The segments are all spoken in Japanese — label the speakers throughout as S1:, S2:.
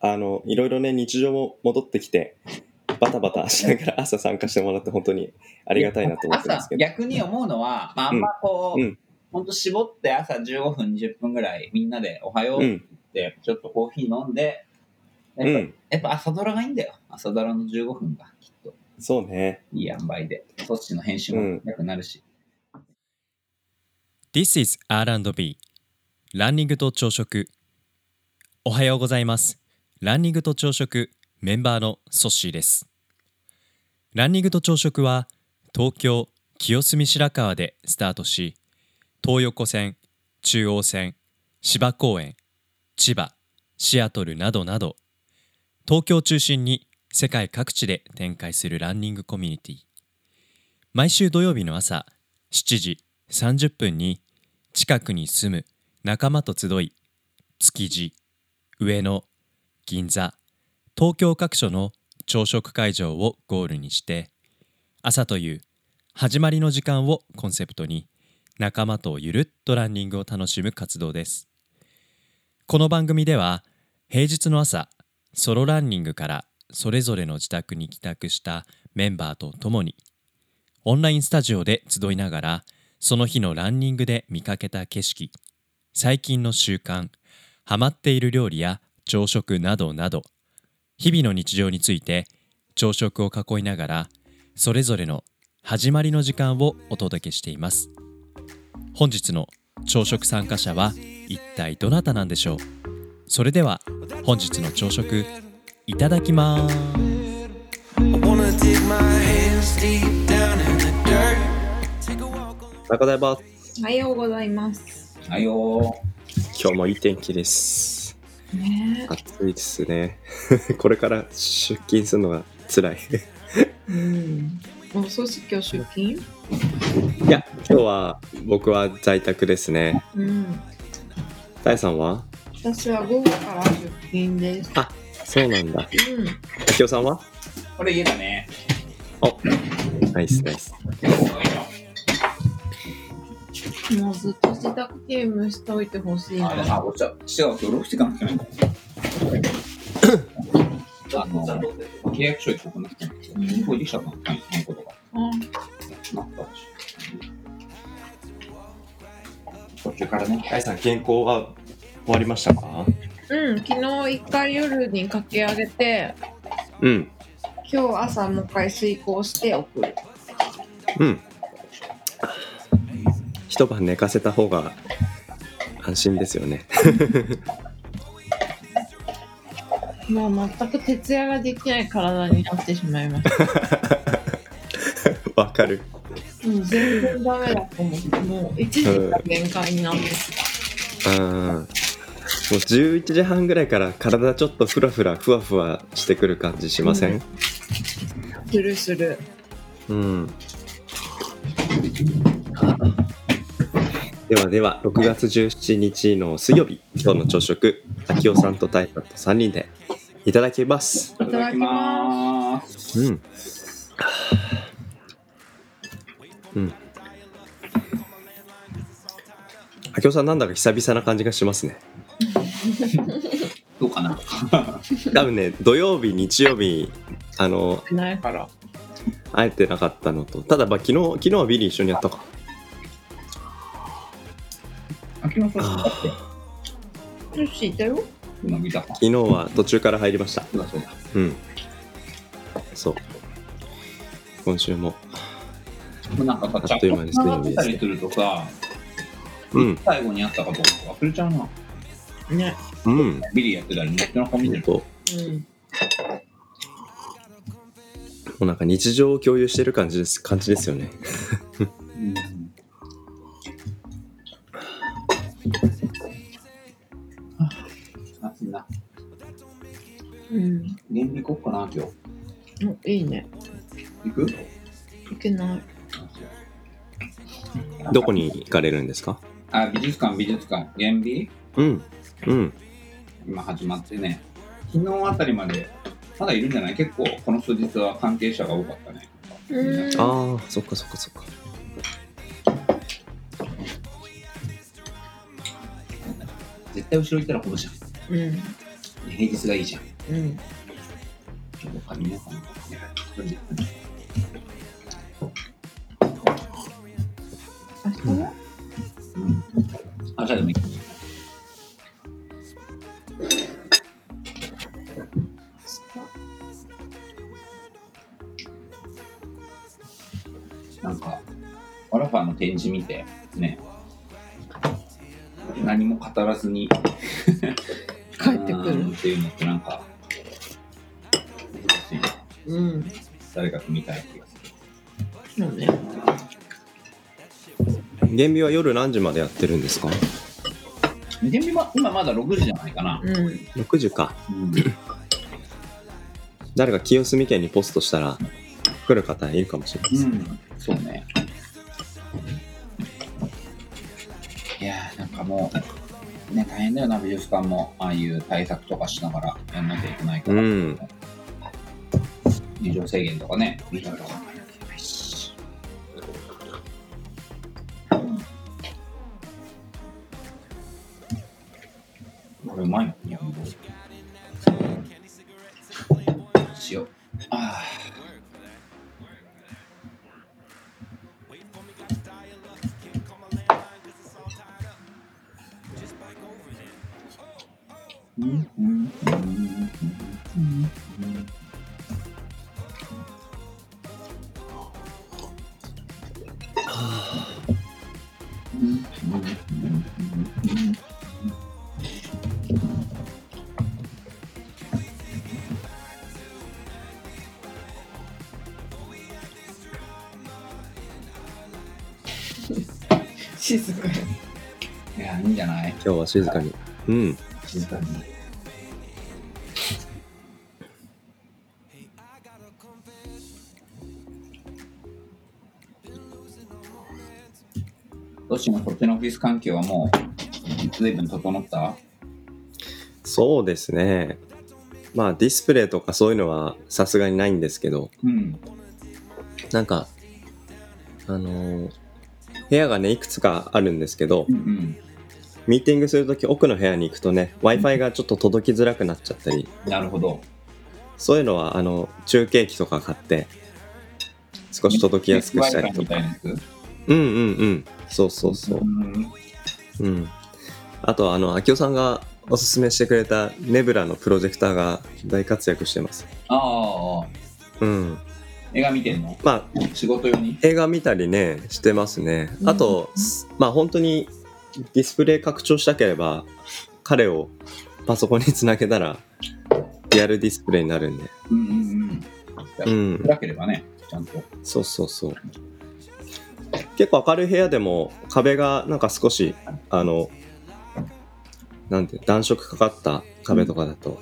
S1: あの、いろいろね、日常も戻ってきて、バタバタしながら朝参加してもらって本当にありがたいなと思ってま
S2: 朝
S1: すけど。
S2: 逆に思うのは、まあ、あんまこう、
S1: うんうん
S2: ほんと絞って朝15分20分ぐらいみんなで「おはよう」
S1: う
S2: っ
S1: ん。
S2: てちょっとコーヒー飲んで、
S1: う
S2: やっぱ
S1: ん。
S2: やっぱ朝ドラがいいんだよ朝ドラの15分がきっと
S1: そうね。
S2: いい塩梅でそっちの編集もなくなるし、
S3: This is R&B ランニングと朝食おはようございますランニングと朝食メンバーのソッシーですランニングと朝食は東京清澄白河でスタートし東横線中央線芝公園千葉シアトルなどなど東京を中心に世界各地で展開するランニングコミュニティ毎週土曜日の朝7時30分に近くに住む仲間と集い築地上野銀座東京各所の朝食会場をゴールにして朝という始まりの時間をコンセプトに仲間とゆるっとランニングを楽しむ活動ですこの番組では平日の朝ソロランニングからそれぞれの自宅に帰宅したメンバーと共にオンラインスタジオで集いながらその日のランニングで見かけた景色最近の習慣ハマっている料理や朝食などなど日々の日常について朝食を囲いながらそれぞれの始まりの時間をお届けしています本日の朝食参加者は一体どなたなんでしょうそれでは本日の朝食いただきます
S4: I wanna dig my hands deep down in the dirt. Take a walk on
S1: 中田バ
S5: おはようございます。
S2: あよ
S1: 今日もいい天気です。
S5: ね
S1: 暑いですね。 これから出勤するのが辛い。
S5: え。うん。おそうし今日出勤
S1: いや、今日は僕は在宅ですね。
S5: うん。
S1: タイさんは
S5: 私は午後から出勤です。
S1: そうなんだ。
S5: うん。
S1: きおさんは
S2: ーこれ家だね
S1: ナイスナイス。
S5: もうずっと自宅勤務しておいてほしい
S2: あでも
S5: な。
S2: あお茶しては今日6時間し かないんだあの契約書行こうかな銀行できたかな何個とか
S5: あ
S2: なったし途中からね
S1: タイさん、健康は終わりましたか
S5: うん。昨日一回夜に駆け上げて、
S1: うん。
S5: 今日朝もう一回遂行して送る。
S1: うん。一晩寝かせた方が安心ですよね。
S5: もう全く徹夜ができない体になってしまいまし
S1: わかる。
S5: た。もう全然ダメだと思って、もう一時が限界になって
S1: うん。もう11時半ぐらいから体ちょっとふらふらふわふわしてくる感じしません、
S5: するする。
S1: うん、ではでは6月17日の水曜日今日の朝食秋夫さんと大さんと3人でいただきます
S5: いただきます
S1: うんうん秋夫さんなんだか久々な感じがしますね
S2: どうかな
S1: 多分ね土曜日日曜日あの
S5: ない
S2: から
S1: 会えてなかったのとただまあ昨日昨日はビリー一緒にやったか
S2: 秋元さんだって
S5: 女子いたよ。
S2: 今見たか
S1: 昨日は途中から入りました
S2: そうだそうだ
S1: うんそう今週も
S2: もうなんかさ
S1: あ
S2: チャ
S1: っ
S2: ッ
S1: とい
S2: ト
S1: う間に
S2: 繋がってたりするとさ
S1: うん
S2: 最後にあったかどうか忘れちゃうな
S5: ね。
S1: うん
S2: ビリーやってたりネットの顔見て
S1: 本
S2: る
S1: 当も
S5: うん。
S1: うなんか日常を共有してる感じです感じですよね
S2: うんあ暑いな
S5: うん。
S2: 原理行こっかな今日
S5: おいいね。
S2: 行く
S5: いけない。
S1: どこに行かれるんですか
S2: あ美術館美術館原理
S1: うんうん
S2: 今始まってね昨日あたりまでまだいるんじゃない結構この数日は関係者が多かったね
S5: うー
S1: あ
S5: ん。
S1: あそっかそっかそっか
S2: 絶対後ろ行ったらこぶじゃん
S5: うん。
S2: 平日がいいじゃん。
S5: うん。
S2: ちょっと髪の毛もね
S5: 明日も
S2: うん朝でもいい。なんか、ワラファの展示見て、ね、何も語らずに
S5: 帰ってく
S2: うーん
S5: る。
S2: っていうのってなんか、難しいな
S5: うん。
S2: 誰かと見たい気がする。
S5: そうね。
S1: 厳備は夜何時までやってるんですか
S2: 見てみま今まだ6時じゃないかな。
S5: うん。
S1: 6時か
S2: うん
S1: 誰か清澄県にポストしたら来る方いるかもしれないです、
S2: うん、そうね。いやー、なんかもう、ね、大変だよな、美術館も、ああいう対策とかしながらやんなきゃいけないから、
S1: うん
S2: 入場制限とかね、いろいろ考えなきゃいけないし。これうまいのいや、もう。塩。ああ。うんうんうんうんうん
S5: 静かに。
S2: いや、いいんじゃない
S1: 今日は静かにうん
S2: 静かに。どうしますこっちのオフィス環境はもう、随分整った
S1: そうですねまあディスプレイとかそういうのはさすがにないんですけど
S2: うん。
S1: なんかあのー部屋がねいくつかあるんですけど
S2: うんうん。
S1: ミーティングするとき奥の部屋に行くとね w i f i がちょっと届きづらくなっちゃったり
S2: なるほど。
S1: そういうのはあの中継機とか買って少し届きやすくしたりと
S2: み
S1: か
S2: たいなやつ
S1: うんうんうんそうそうそう
S2: うん
S1: うん、あとあの秋夫さんがおすすめしてくれたネブラのプロジェクターが大活躍してます、
S2: ああ、
S1: うん、
S2: 映画見てんの
S1: まあ
S2: 仕事用に
S1: 映画見たりねしてますね
S5: うん
S1: あと、すまあ本当にディスプレイ拡張したければ彼をパソコンにつなげたらリアルディスプレイになるんで
S2: うんうん
S1: う
S2: うん。
S1: ん
S2: 暗ければね、ちゃんと。
S1: そうそうそう結構明るい部屋でも壁がなんか少しあのなんて暖色かかった壁とかだと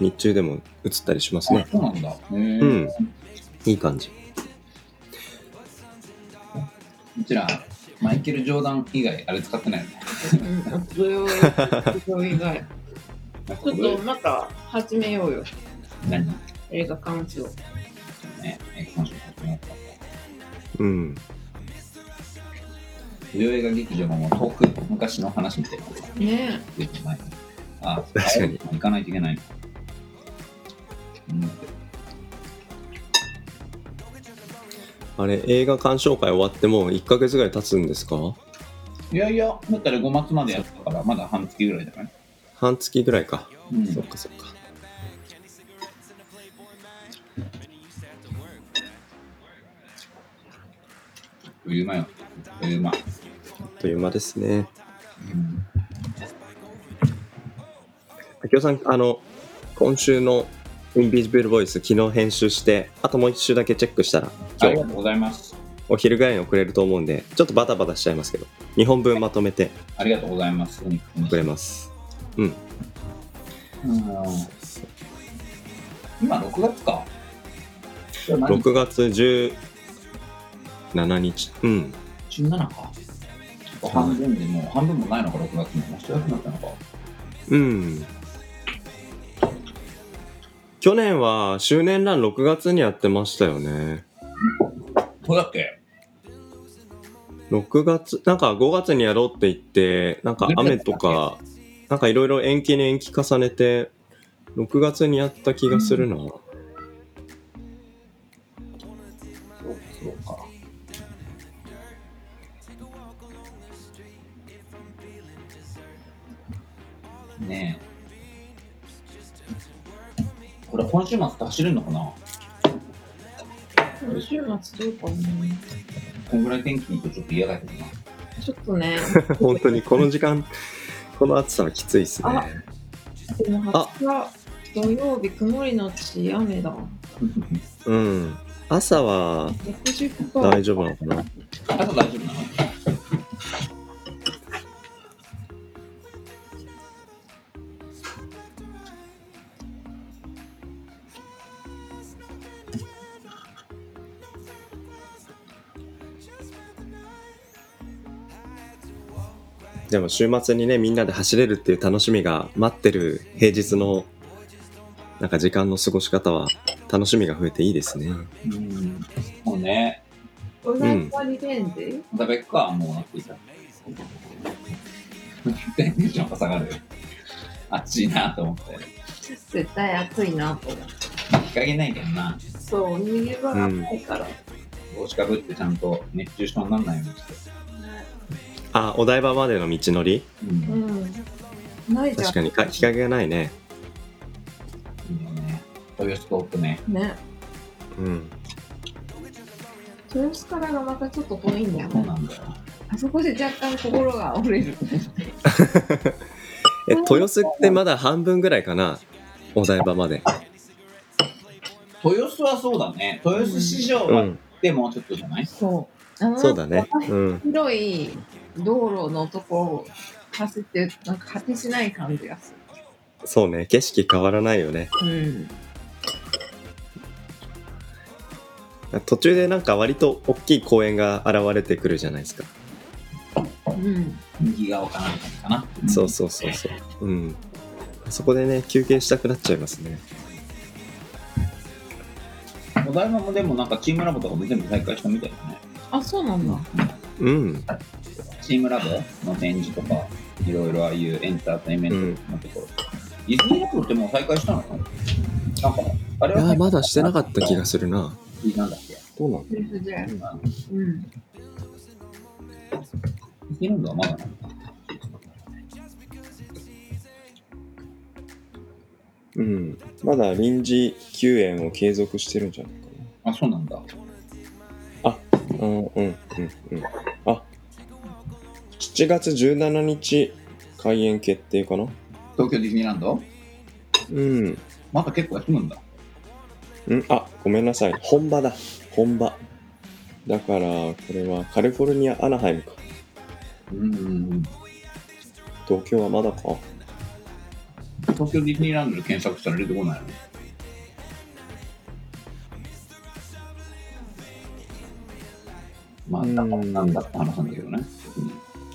S1: 日中でも映ったりします
S2: あ
S1: ね、
S2: そうなんだ。へえ
S1: うんいい感じ
S2: うちら、マイケル・ジョーダン以外、あれ使ってないよね。
S5: うん。あ、それを、それ以外。ちょっとまた始めようよ。
S2: 何ね、
S5: 映画鑑賞。
S2: えー今週始まった。
S1: うん
S2: 無料映画劇場ももう遠く昔の話みたいなことが
S5: ね
S2: 出てない。あ、
S1: 確かに
S2: 行かないといけないな。うん
S1: あれ映画鑑賞会終わってもう1ヶ月ぐらい経つんですか
S2: いやいや、だったら5月までやったから、まだ半月ぐらいじゃない
S1: 半月ぐらいか、
S2: うん
S1: そっかそっか
S2: 余裕まよ。余裕ま。
S1: あっという間ですね
S2: うん
S1: 秋夫さんあの今週のインビジブルボイス昨日編集してあともう1週だけチェックしたら
S2: あ
S1: 今日
S2: りがとうございます。
S1: お昼ぐらいに送れると思うんで、ちょっとバタバタしちゃいますけど、2本分まとめて
S2: ありがとうございます。とにかくね
S1: くれます。うん。
S2: うん今6月か。今日何
S1: 6月17日。うん。
S2: 17か。半分でもう半分もないのか、6月も。もう少なくなったのか。
S1: うん。去年は周年ラン6月にやってましたよね。
S2: そうだっけ
S1: 6月、なんか5月にやろうって言って、なんか雨とか、なんかいろいろ延期に延期重ねて、 6月にやった気がするな。、
S2: そうかそうか。ねえ。これ今週末走れるのかな
S5: 今週末どうかな
S2: こんぐらい天気いいとちょっと嫌だけど な。
S5: ちょっとね
S1: 本当にこの時間、この暑さはきついですね。
S5: あでも20日土曜日曇りのち雨だ。
S1: うん。朝は
S5: 60度。
S1: 大丈夫なのかな。
S2: 朝大丈夫なの
S1: でも週末にね、みんなで走れるっていう楽しみが待ってる平日のなんか時間の過ごし方は楽しみが増えていいですね。
S2: うん。もうね、
S5: お台場リベンジ、
S2: またべっか、もうなっていた。テンションが下がる。暑いなと思って。
S5: 絶対暑いなと思う。
S2: 日陰ないけどな。
S5: そう、逃げ場がないから。
S2: 帽子かぶってちゃんと熱中症にならないようにして。
S1: あ、お台場までの道のり
S2: うん。
S5: うん。ないじゃん。
S1: 確かにか日陰がないね。
S2: いいよね。豊洲と奥ね。
S5: ね。
S1: うん。
S5: 豊洲からがまたちょっと遠いんだよ
S2: そう
S5: ね。
S2: なんだよ。
S5: あそこで若干心が折れる。
S1: え、豊洲ってまだ半分ぐらいかなお台場まで。
S2: 豊洲はそうだね。豊洲市場
S1: う
S2: は
S1: ん。
S2: でもちょっとじゃない、
S5: そう。あの
S1: そうだね。うん。
S5: 広い道路のとこを走ってるなんか果てしない感じがす
S1: そうね。景色変わらないよね。
S5: る。うん。
S1: 途中でなんか割と大きい公園が現れてくるじゃないですか。
S5: うん。
S2: 右側かなんかかな。
S1: そうそうそうそう。うん。そこでね、休憩したくなっちゃいますね。
S2: お台場もでもなんかチームラボとかも全部再開したみたいだね。
S5: あ、そうなんだ。
S1: うん。
S2: チームラボの展示とか、いろいろああいうエンターテインメントのところ。ディズニーラボってもう再開したのなんか、あれ
S1: いや
S2: は
S1: ーまだしてなかった気が
S2: す
S1: するな。
S2: る。なんだっけデ
S1: どうなん
S5: セルフジェ
S2: うん
S5: うん。
S2: ィズニーラボはまだなんだ。
S1: うん。まだ臨時休園を継続してるんじゃないか
S2: あ、そうなんだ。
S1: な。うんうんうんうん。あ7月17日開園決定かな
S2: 東京ディズニーランド
S1: うん。
S2: まだ結構休むんだ。
S1: うん、あごめんなさい。本場だ。本場。だから、これはカリフォルニア・アナハイムか。
S2: うん。
S1: 東京はまだか。
S2: 東京ディズニーランドで検索したら出てこないのまあ、だからなんだって話なんだけどね。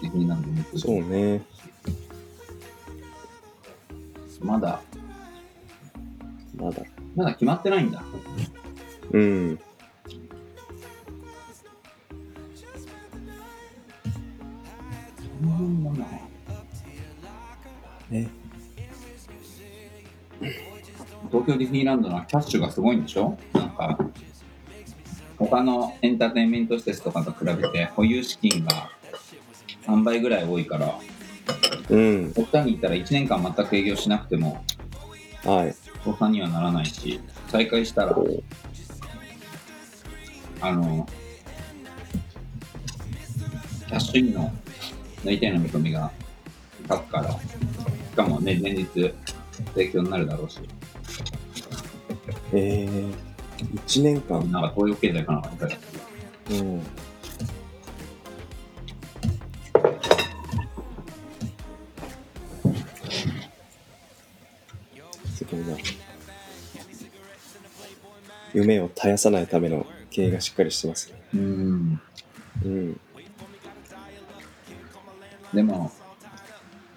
S2: ディズニーランドに行く
S1: そうね。
S2: まだ、
S1: まだ。
S2: まだ決まってないんだ。
S1: うん。ね
S2: 東京ディズニーランドのキャッシュがすごいんでしょなんか、他のエンターテインメント施設とかと比べて保有資金が3倍ぐらい多いから、
S1: うん。
S2: 奥さんに行ったら1年間全く営業しなくても
S1: はい。
S2: 倒産にはならないし再開したらあのキャッシュインの内定の見込みが書くからしかもね前日提供になるだろうし
S1: えー、1年間。
S2: なんか東洋経済かなんかみたいな
S1: うん。すごいな。夢を絶やさないための経営がしっかりしてますね。
S2: うん
S1: うん。
S2: でも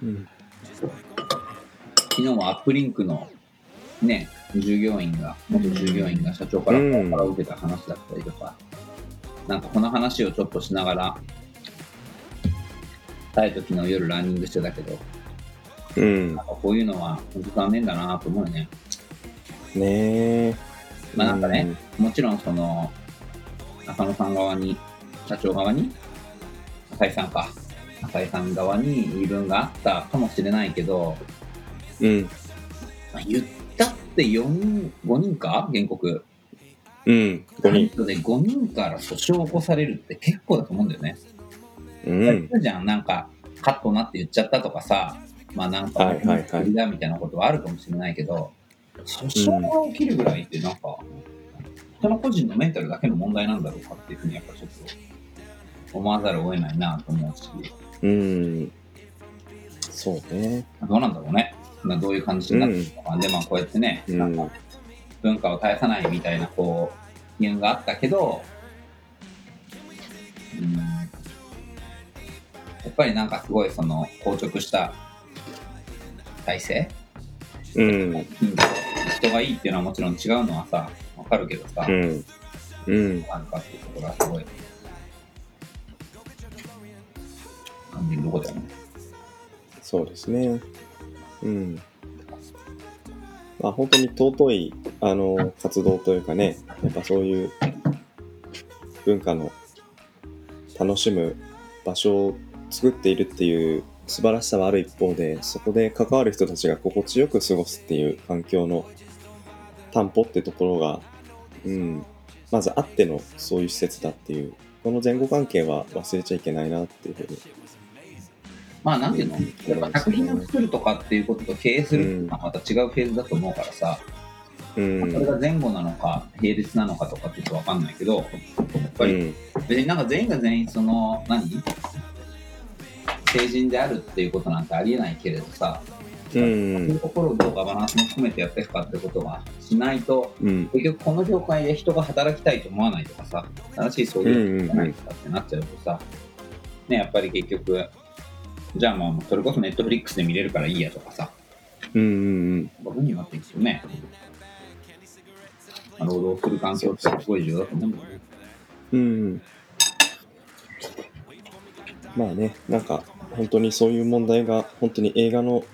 S1: うん。
S2: 昨日はアップリンクのね従業員が元従業員が社長から
S1: うん
S2: から受けた話だったりとか、なんかこの話をちょっとしながらタイと昨日夜ランニングしてたけど
S1: うん
S2: なんかこういうのは本当残念だなと思うよね。
S1: ねえ
S2: まあなんかねもちろんその中野さん側に社長側に浅井さんか浅井さん側に言い分があったかもしれないけど、
S1: うん
S2: まあ、言ったって4人5人か原告
S1: うん5人
S2: 人で5人から訴訟を起こされるって結構だと思うんだよね。
S1: うん
S2: じゃんなんかカットなって言っちゃったとかさまあなんか
S1: はいはいはい
S2: 無理だみたいなことはあるかもしれないけど訴訟が起きるぐらいってなんか、その個人のメンタルだけの問題なんだろうかっていうふうにやっぱちょっと思わざるを得ないなと思うし
S1: うんそうね
S2: どうなんだろうねまあどういう感じになってるのか、でまあこうやってね、
S1: うん
S2: なんか文化を絶やさないみたいなこう意見があったけどうんやっぱりなんかすごいその硬直した体制
S1: うん
S2: 人がいいっていうのはもちろん違うのはさわかるけどさ、
S1: うんうん
S2: なんかっていうことがすごい感じるとこだよね。
S1: そうですね。うん。まあ本当に尊いあの活動というかね、やっぱそういう文化の楽しむ場所を作っているっていう素晴らしさはある一方で、そこで関わる人たちが心地よく過ごすっていう環境の担保ってところが、うん、まずあってのそういう施設だっていう、この前後関係は忘れちゃいけないなっていうふうに
S2: まあなんていうのやっぱ作品を作るとかっていうことと経営するっていうのはまた違うフェーズだと思うからさ、
S1: うん
S2: それが前後なのか並列なのかとかちょっとわかんないけどやっぱり
S1: うん
S2: 別になんか全員が全員その何成人であるっていうことなんてありえないけれどさ、
S1: う
S2: そういうんところをどうガバナンスも含めてやっていくかってことはしないと
S1: うん
S2: 結局この業界で人が働きたいと思わないとかさ正しいそういうのがないとかってなっちゃうとさ、ねやっぱり結局じゃあまあそれこそネットフリックスで見れるからいいやとかさ
S1: うんうん
S2: ことになっていくよね、まあ、労働する環境ってすごい重要だと思うんだよね
S1: うんうんまあねなんか本当にそういう問題が本当に映画の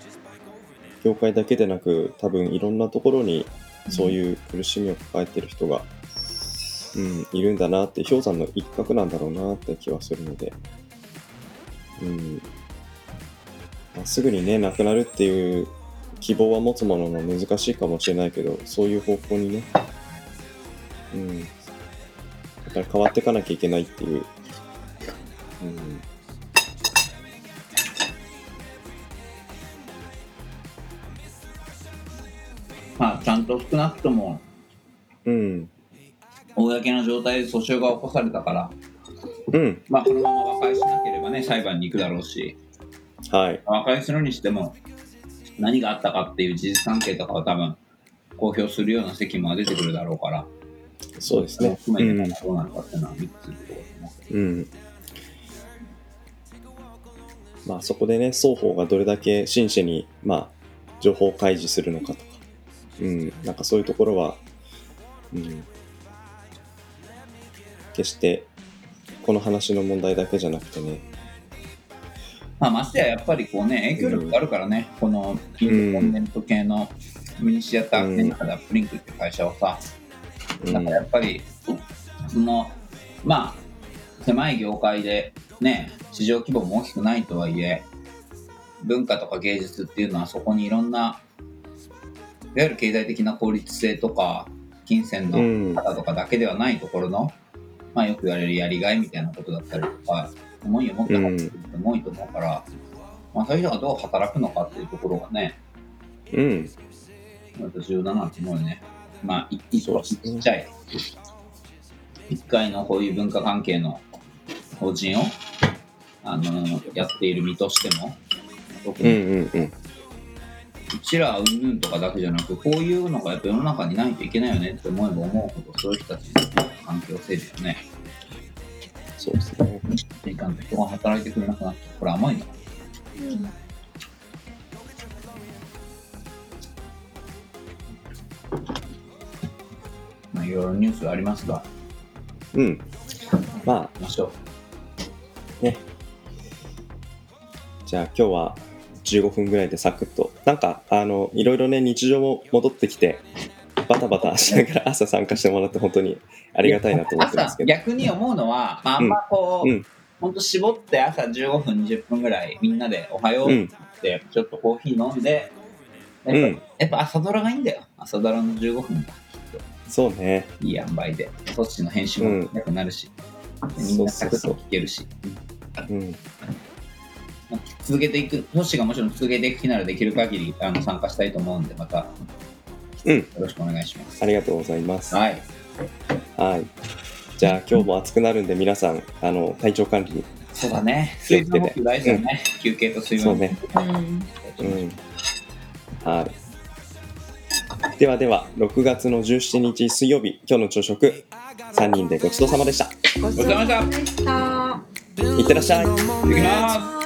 S1: 業界だけでなく多分いろんなところにそういう苦しみを抱えてる人が、うん、いるんだなって氷山の一角なんだろうなって気はするので、うんまあ、すぐにねなくなるっていう希望は持つものの難しいかもしれないけどそういう方向にね、うん、やっぱり変わっていかなきゃいけないっていう、うん、
S2: まあちゃんと少なくとも
S1: うん、
S2: 公の状態で訴訟が起こされたから
S1: うん、
S2: まあこのまま和解しなければね裁判に行くだろうし
S1: はい、
S2: 和解するにしても何があったかっていう事実関係とかは多分公表するような責務は出てくるだろうから
S1: そうです
S2: それも
S1: ね。う
S2: 含め
S1: ん
S2: て、どうなるかっていうのは見つけて
S1: うん。まあそこでね、双方がどれだけ真摯に、まあ、情報を開示するのかとか、うん、なんかそういうところは、うん、決して、この話の問題だけじゃなくてね、
S2: まあ、ましてややっぱりこうね影響力があるからね、このインディコンテント系のミニシアター系の中でアップリンクっていう会社はさ、
S1: うん、
S2: なんかやっぱりそのまあ狭い業界でね市場規模も大きくないとはいえ文化とか芸術っていうのはそこにいろんないわゆる経済的な効率性とか金銭の
S1: うん
S2: 方とかだけではないところの、まあ、よく言われるやりがいみたいなことだったりとか思いを持った方っていう人も多いと思うから、まあ、そういう人がどう働くのかっていうところがね
S1: うん、
S2: 重要だなと思うよね。まあ、い一
S1: そう
S2: 個
S1: です
S2: ち
S1: ね
S2: っちゃい、一回のこういう文化関係の法人を、あのやっている身としても、特
S1: うん、う
S2: に
S1: ん、うん、
S2: うちらうんぬんとかだけじゃなく、こういうのがやっぱ世の中にないといけないよねって思えば思うほど、そういう人たちに環境整備をね、
S1: そうですね。
S2: していかんと人が働いてくれなくなっちゃう。これ甘いな。
S5: うん
S2: まあ、いろいろニュースがありますが、
S1: うん。まあ、
S2: 行きましょう。
S1: じゃあ今日は15分ぐらいでサクッとなんかあのいろいろね日常も戻ってきてバタバタしながら朝参加してもらって本当にありがたいなと思ってます
S2: 朝
S1: けど
S2: 逆に思うのは、まあ、あんまこう、
S1: うんうん
S2: ほんと絞って朝15分20分ぐらいみんなで「おはよう」
S1: うん
S2: ってちょっとコーヒー飲んで、
S1: う
S2: やっぱ
S1: ん
S2: やっぱ朝ドラがいいんだよ朝ドラの15分が
S1: そうね
S2: いい塩梅でそっちの編集もなくなるし、みんなサクッと聞けるし
S1: うん
S2: 続けていくトシがもちろん続けていく日ならできる限りあの参加したいと思うんでまたよ
S1: うん
S2: ろしくお願いします、
S1: ありがとうございます
S2: はい
S1: はいじゃあ今日も暑くなるんで皆さんあの体調管理
S2: そうだね
S1: 気を
S2: 水
S1: つけて
S2: 分補給大事だね、休憩と水
S1: そう
S2: 分
S1: ね
S5: うん
S1: うんはいではでは6月の17日水曜日今日の朝食3人でごちそうさまでした
S5: ごちそうさまでした。
S1: いってらっしゃい
S2: いきます